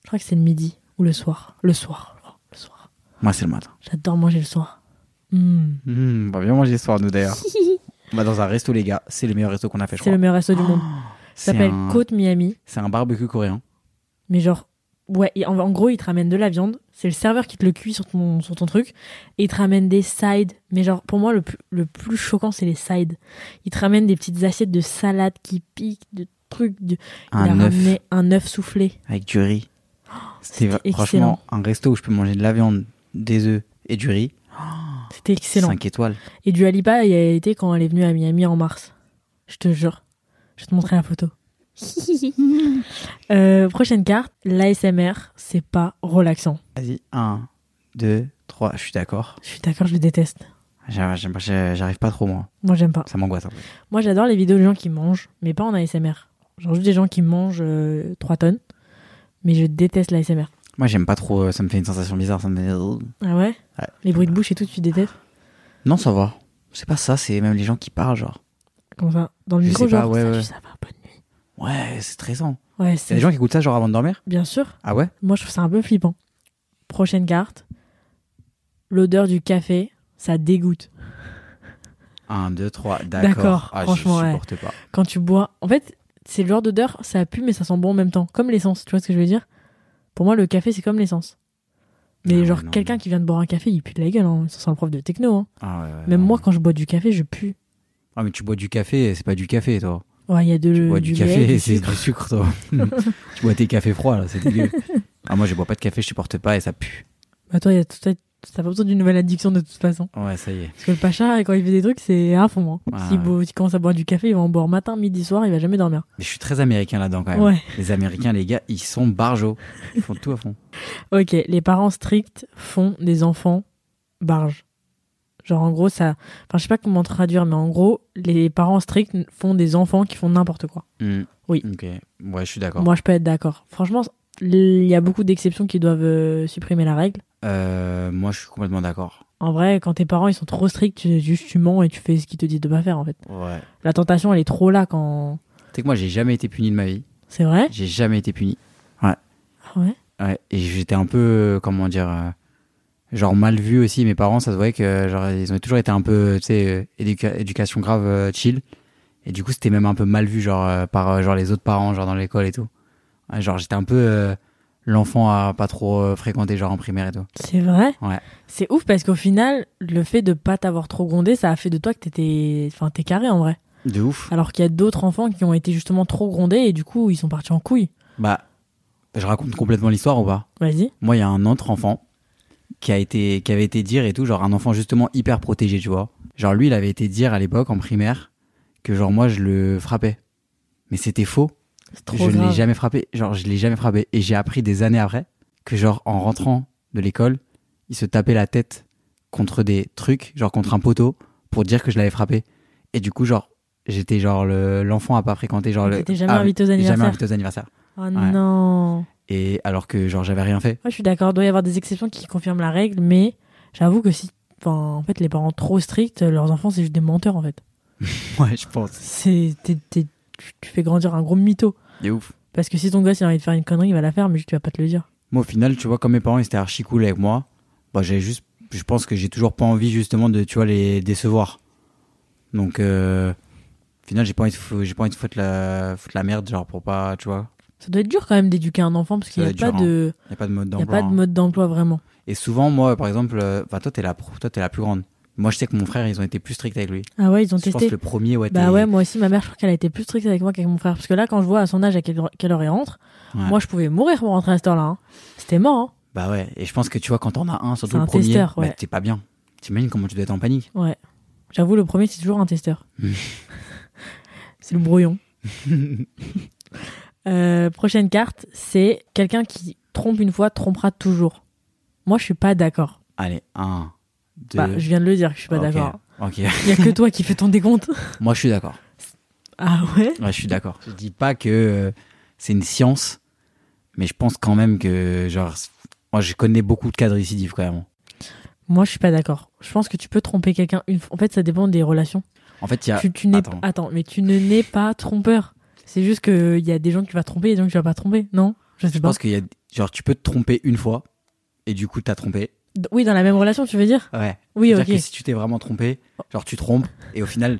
Je crois que c'est le midi ou le soir. Le soir. je crois, Le soir. Moi, c'est le matin. J'adore manger le soir. Hmm. Hmm, on va bien manger ce soir, nous d'ailleurs. on va dans un resto, les gars. C'est le meilleur resto qu'on a fait, je C'est crois. le meilleur resto du monde. Ça Ah, C'est s'appelle un- Côte Miami. C'est un barbecue coréen. Mais genre. Ouais, et en, en gros, ils te ramènent de la viande. C'est le serveur qui te le cuit sur ton, sur ton truc. Et ils te ramènent des sides. Mais genre, pour moi, le, plus- le plus choquant, c'est les sides. Ils te ramènent des petites assiettes de salade qui piquent, de trucs. De... Il a Un œuf ramené un œuf soufflé. avec du riz. C'était c'était va- franchement un resto où je peux manger de la viande, des œufs et du riz. C'était excellent. 5 étoiles. Et du Alipa y a été quand elle est venue à Miami en mars. Je te jure. Je vais te montrer la photo. Euh, prochaine carte, l'ASMR, c'est pas relaxant. Vas-y, 1, 2, 3. Je suis d'accord. Je suis d'accord, je le déteste. J'ar- j'aime pas- j'ai- J'arrive pas trop, moi. Moi, j'aime pas. Ça m'angoisse un peu. Moi, j'adore les vidéos de gens qui mangent, mais pas en ASMR. Genre juste des gens qui mangent 3 tonnes, mais je déteste l'ASMR. Moi, j'aime pas trop. euh, Ça me fait une sensation bizarre. Ça me fait- Ah ouais, Ouais. Les bruits de bouche et tout, tu détestes Non, ça va. C'est pas ça, c'est même les gens qui parlent, genre. Comme ça, dans le Je micro, sais pas, genre, ouais, salut, ouais. ça va, bonne nuit. Ouais, c'est stressant. Ouais, Il y a c'est... des gens qui écoutent ça, genre avant de dormir Bien sûr. Ah ouais Moi, je trouve ça un peu flippant. Prochaine carte. L'odeur du café, ça dégoûte. 1, 2, 3. D'accord, D'accord. Ah, franchement, je ouais. supporte pas. Quand tu bois, en fait, c'est le genre d'odeur, ça pue mais ça sent bon en même temps, comme l'essence, tu vois ce que je veux dire Pour moi, le café, c'est comme l'essence. Mais Ah ouais, genre non, quelqu'un mais- qui vient de boire un café, il pue de la gueule, hein. ça sent le prof de techno. hein. Ah, ouais, ouais, Même non. moi, quand je bois du café, je pue. Ah, mais tu bois du café, c'est pas du café, toi. Ouais, il y a de, Tu bois du, lait, café, Euh, du c'est sucre. du sucre, toi. tu bois tes cafés froids, là, c'est dégueu. ah, moi, je bois pas de café, je supporte pas et ça pue. Bah toi, il y a tout ça- T'as pas besoin d'une nouvelle addiction de toute façon. Ouais, ça y est. Parce que le Pacha, quand il fait des trucs, c'est à fond. hein. Ah, S'il ouais. bo- s'il commence à boire du café, il va en boire matin, midi, soir, il va jamais dormir. Mais je suis très américain là-dedans, quand même. Ouais. Les américains, les gars, ils sont barjots. Ils font tout à fond. Ok, les parents stricts font des enfants barges. Genre en gros ça, enfin je sais pas comment traduire, mais en gros les parents stricts font des enfants qui font n'importe quoi. Hmm. Oui. Ok. Ouais, je suis d'accord. Moi je peux être d'accord. Franchement, il y a beaucoup d'exceptions qui doivent euh, supprimer la règle. Euh, moi, je suis complètement d'accord. En vrai, quand tes parents ils sont trop stricts, tu, juste tu mens et tu fais ce qu'ils te disent de pas faire en fait. Ouais. La tentation elle est trop là quand. Tu sais que moi, j'ai jamais été puni de ma vie. C'est vrai J'ai jamais été puni. Ah Ouais. Ouais, et j'étais un peu, euh, comment dire, euh, genre mal vu aussi. Mes parents, ça se voyait que genre ils ont toujours été un peu, tu sais, euh, éduca- éducation grave euh, chill. Et du coup, c'était même un peu mal vu, genre euh, par euh, genre les autres parents, genre dans l'école et tout. Ouais, genre j'étais un peu euh, l'enfant à pas trop euh, fréquenter, genre en primaire et tout. C'est vrai Ouais. C'est ouf parce qu'au final, le fait de pas t'avoir trop grondé, ça a fait de toi que t'étais. Enfin, t'es carré en vrai. De ouf. Alors qu'il y a d'autres enfants qui ont été justement trop grondés et du coup ils sont partis en couille. Bah, je raconte complètement l'histoire ou pas Vas-y. Moi, il y a un autre enfant qui a été, qui avait été dire et tout, genre un enfant justement hyper protégé, tu vois. Genre lui, il avait été dire à l'époque en primaire que genre moi je le frappais, mais c'était faux. C'est trop je ne l'ai grave. jamais frappé. Genre, je l'ai jamais frappé. Et j'ai appris des années après que, genre, en rentrant de l'école, il se tapait la tête contre des trucs, genre contre un poteau, pour dire que je l'avais frappé. Et du coup, genre, j'étais genre le- l'enfant à pas fréquenter. Genre, Donc, le- t'étais jamais ah, invité aux Jamais anniversaires. invité aux anniversaires. Oh non. Et alors que, genre, j'avais rien fait. Ouais, je suis d'accord. Il doit y avoir des exceptions qui confirment la règle, mais j'avoue que si. Enfin, en fait, les parents trop stricts, leurs enfants, c'est juste des menteurs, en fait. Ouais, je pense. C'est, t'es- t'es- tu- tu fais grandir un gros mytho. C'est ouf. Parce que si ton gosse, il a envie de faire une connerie, il va la faire, mais juste, tu vas pas te le dire. Moi, au final, tu vois, comme mes parents, ils étaient archi cool avec moi, bah, j'avais juste, je pense que j'ai toujours pas envie, justement, de, tu vois, les décevoir. Donc, euh, au final, j'ai pas envie de, fou- j'ai pas envie de foutre la, foutre la merde, genre, pour pas, tu vois, Ça doit être dur quand même d'éduquer un enfant, parce qu'il n'y a, doit être pas dur, de... y a pas de mode il y a d'emploi. pas de hein. mode d'emploi vraiment. Et souvent, moi, par exemple, euh, bah, toi, t'es la, pro- toi, t'es la plus grande. Moi, je sais que mon frère, ils ont été plus stricts avec lui. Ah ouais, ils ont je pense testé. que le premier, ouais, Bah t'es- ouais, moi aussi, ma mère, je crois qu'elle a été plus stricte avec moi qu'avec mon frère. Parce que là, quand je vois à son âge à quelle heure, quelle heure elle rentre, Ouais. moi, je pouvais mourir pour rentrer à cette heure-là. hein. C'était mort. Bah ouais. Et je pense que, tu vois, quand t'en as un, surtout C'est le un premier, testeur, ouais. bah, t'es pas bien. T'imagines comment tu dois être en panique. hein. Ouais. J'avoue, le premier, c'est toujours un testeur. c'est le brouillon. Euh, prochaine carte, c'est quelqu'un qui trompe une fois, trompera toujours. Moi, je suis pas d'accord. Allez, un, deux. Bah, je viens de le dire que je suis pas Ah, Ok, d'accord. Ok. Il y a que toi qui fais ton décompte. moi, je suis d'accord. Ah ouais Ouais, je suis d'accord. Je dis pas que euh, c'est une science, mais je pense quand même que, genre, c'est- moi, je connais beaucoup de cas de récidive, quand même. Moi, je suis pas d'accord. Je pense que tu peux tromper quelqu'un une fois. En fait, ça dépend des relations. En fait, il y a. tu, tu n'es Ah, Attends. attends. mais tu ne n'es pas trompeur. C'est juste que il y a des gens que tu vas tromper et des gens que tu vas pas tromper, non Je sais Je pas. pense qu'il y a. Genre, tu peux te tromper une fois, et du coup, t'as trompé. D- Oui, dans la même relation, tu veux dire Ouais. Oui, C'est-à-dire ok. que si tu t'es vraiment trompé, genre, tu trompes, et au final.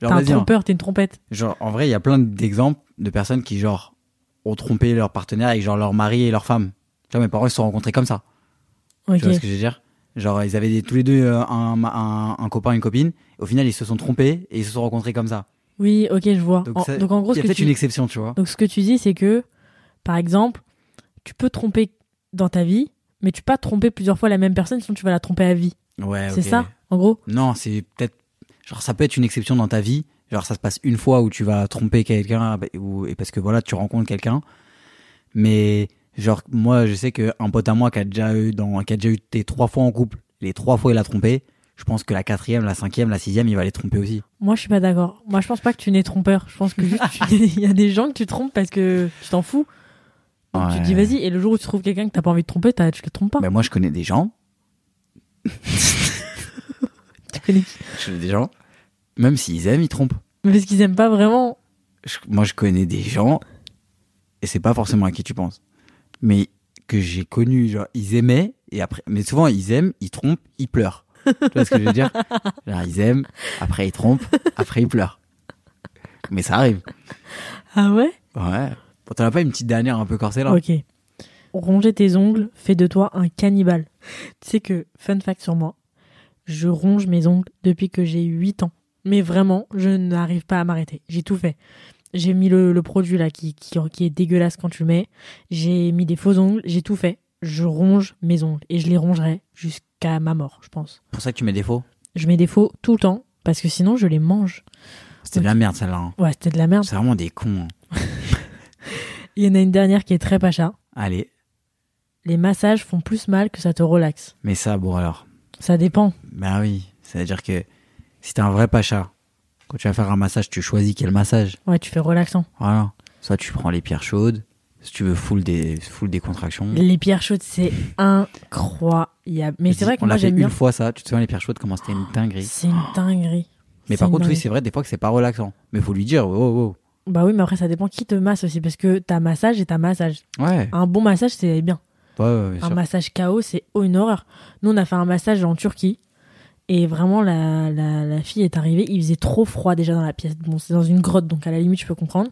Genre, T'es un vas-y, hein. trompeur, t'es une trompette. Genre, en vrai, il y a plein d'exemples de personnes qui, genre, ont trompé leur partenaire avec, genre, leur mari et leur femme. Tu vois, mes parents, ils se sont rencontrés comme ça. Ok. Tu vois ce que je veux dire Genre, ils avaient des- tous les deux euh, un, un, un copain et une copine. Au final, ils se sont trompés et ils se sont rencontrés comme ça. Oui, ok, je vois. Donc, En- ça- donc en gros, il y ce a que peut-être tu une hein. exception, tu vois. donc ce que tu dis, c'est que, par exemple, tu peux tromper dans ta vie, mais tu peux pas tromper plusieurs fois la même personne, sinon tu vas la tromper à vie. Ouais, C'est Ah, ok. ça, en gros. Non, c'est peut-être. Genre, ça peut être une exception dans ta vie. Genre, ça se passe une fois où tu vas tromper quelqu'un bah, ou- et parce que voilà, tu rencontres quelqu'un. Mais, genre, moi, je sais qu'un pote à moi qui a déjà eu, dans, qui a déjà eu été trois fois en couple, les trois fois il a trompé. Je pense que la quatrième, la cinquième, la sixième, il va les tromper aussi. Moi, je suis pas d'accord. Moi, je pense pas que tu n'es trompeur. Je pense que juste, tu- il y a des gens que tu trompes parce que tu t'en fous. Donc, Tu te dis Ouais. vas-y, et le jour où tu trouves quelqu'un que t'as pas envie de tromper, t'as- tu le trompes pas. Bah, moi, je connais des gens Tu connais qui Je connais des gens, même s'ils aiment, ils trompent. Mais parce qu'ils aiment pas vraiment. Je- moi, je connais des gens, et c'est pas forcément à qui tu penses, mais que j'ai connu, genre, ils aimaient, et après, mais souvent, ils aiment, ils trompent, ils pleurent. Tu vois ce que je veux dire Genre, ils aiment, après, ils trompent, après, ils pleurent. Mais ça arrive. Ah ouais Ouais. Bon, T'en as pas une petite dernière un peu corsée, là Ok. Ronger tes ongles fait de toi un cannibale. Tu sais que, fun fact sur moi, je ronge mes ongles depuis que j'ai 8 ans. Mais vraiment, je n'arrive pas à m'arrêter. J'ai tout fait. J'ai mis le, le produit là qui, qui, qui est dégueulasse quand tu le mets. J'ai mis des faux ongles. J'ai tout fait. Je ronge mes ongles et je les rongerai jusqu'à ma mort, je pense. Pour ça que tu mets des faux Je mets des faux tout le temps parce que sinon je les mange. C'était de la merde, celle-là. hein. Ouais, c'était de la merde. C'est vraiment des cons. hein. Il y en a une dernière qui est très pacha. Allez, Les massages font plus mal que ça te relaxe. mais ça, bon, alors. Ça dépend. Bah oui, c'est-à-dire que si t'es un vrai pacha, quand tu vas faire un massage, tu choisis quel massage. Ouais, tu fais relaxant. Voilà. Soit tu prends les pierres chaudes, si tu veux full des, full des contractions. Les pierres chaudes, c'est incroyable. Mais c'est vrai que On moi, l'a fait j'aime bien. une fois ça, tu te souviens les pierres chaudes, comment c'était une dinguerie. C'est une dinguerie. Mais par une contre, oui, dinguerie. c'est vrai, des fois que c'est pas relaxant. Mais faut lui dire, oh, oh, Bah oui, mais après, ça dépend qui te masse aussi. Parce que t'as massage et t'as massage. oh. Ouais, Un bon massage, c'est bien. ouais, ouais, bien Un sûr. massage KO, c'est une horreur. Nous, on a fait un massage en Turquie. Et vraiment, la, la, la fille est arrivée. Il faisait trop froid déjà dans la pièce. Bon, c'est dans une grotte, donc à la limite, je peux comprendre.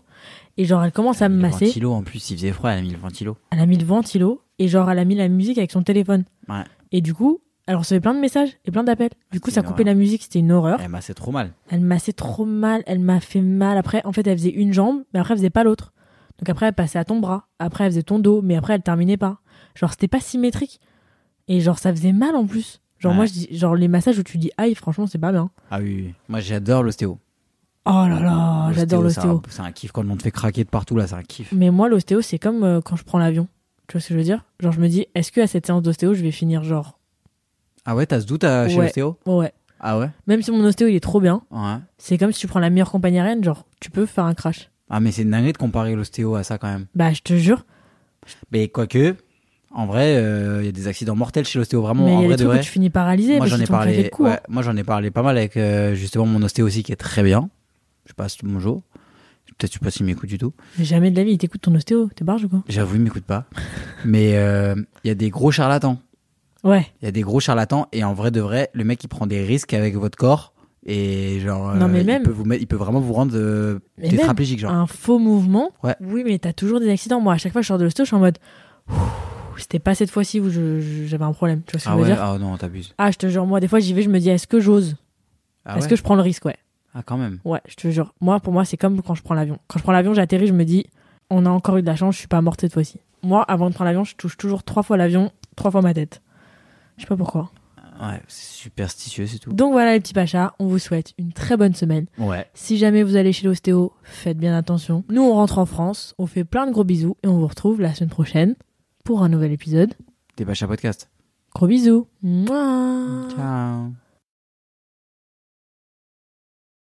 Et genre, elle commence à me Le masser. ventilo, en plus, il faisait froid, elle a mis le ventilo. Elle a mis le ventilo. Et genre, elle a mis la musique avec son téléphone. Ouais, Et du coup, elle recevait plein de messages et plein d'appels. Du coup, C'est ça une coupait horreur. la musique, c'était une horreur. elle m'a c'est trop mal. Elle massait trop mal, elle m'a fait mal. Après, en fait, elle faisait une jambe, mais après, elle faisait pas l'autre. Donc après, elle passait à ton bras. Après, elle faisait ton dos, mais après, elle terminait pas. Genre, c'était pas symétrique. Et genre, ça faisait mal en plus. Genre, Ouais. moi, je dis, genre, les massages où tu dis aïe, franchement, c'est pas bien. Ah oui, oui. moi j'adore l'ostéo. Oh là là, j'adore c'est un- l'ostéo. C'est un kiff quand on te fait craquer de partout là, c'est un kiff. Mais moi, l'ostéo, c'est comme euh, quand je prends l'avion. Tu vois ce que je veux dire Genre, je me dis, est-ce que à cette séance d'ostéo, je vais finir genre. Ah ouais, t'as ce doute euh, chez Ouais. l'ostéo Ouais, ouais. Ah ouais Même si mon ostéo, il est trop bien, Ouais. c'est comme si tu prends la meilleure compagnie aérienne, genre, tu peux faire un crash. Ah mais c'est une dinguerie de comparer l'ostéo à ça quand même. Bah, je te jure. Mais quoique, en vrai, euh, il y a des accidents mortels chez l'ostéo, vraiment. mais il en y a vrai, des de trucs vrai. où tu finis paralysé. Moi parce j'en ai qu'ils t'ont claqué parlé. le cou, ouais, hein. moi j'en ai parlé pas mal avec euh, justement mon ostéo aussi qui est très bien. Je sais pas si bonjour. Peut-être je sais pas s'il m'écoute du tout. Mais jamais de la vie, il t'écoute ton ostéo. T'es barge ou quoi J'avoue, il m'écoute pas. Mais euh, il y a des gros charlatans. Ouais. Il y a des gros charlatans et en vrai de vrai, le mec il prend des risques avec votre corps et genre euh, Non, mais même- il peut vous mettre- il peut vraiment vous rendre euh, Mais tétraplégique même genre. Un faux mouvement. Ouais. Oui, mais t'as toujours des accidents. Moi, à chaque fois que je sors de l'ostéo, je suis en mode. Ouh, C'était pas cette fois-ci où je- je- j'avais un problème. Tu vois ce que Ah je veux ouais, dire ah non, t'abuses. Ah, je te jure, moi, des fois, j'y vais, je me dis, est-ce que j'ose Ah, Est-ce ouais que je prends le risque Ouais. ah quand même. Ouais, je te jure. Moi, pour moi, c'est comme quand je prends l'avion. Quand je prends l'avion, j'atterris, je me dis, on a encore eu de la chance, je suis pas morte cette fois-ci. Moi, avant de prendre l'avion, je touche toujours trois fois l'avion, trois fois ma tête. Je sais pas pourquoi. Ouais, c'est superstitieux c'est tout. Donc voilà, les petits pachas, on vous souhaite une très bonne semaine. Ouais. Si jamais vous allez chez l'ostéo, faites bien attention. Nous, on rentre en France, on fait plein de gros bisous et on vous retrouve la semaine prochaine pour un nouvel épisode. T'es pas chez un podcast. Gros bisous. Mouah. Ciao.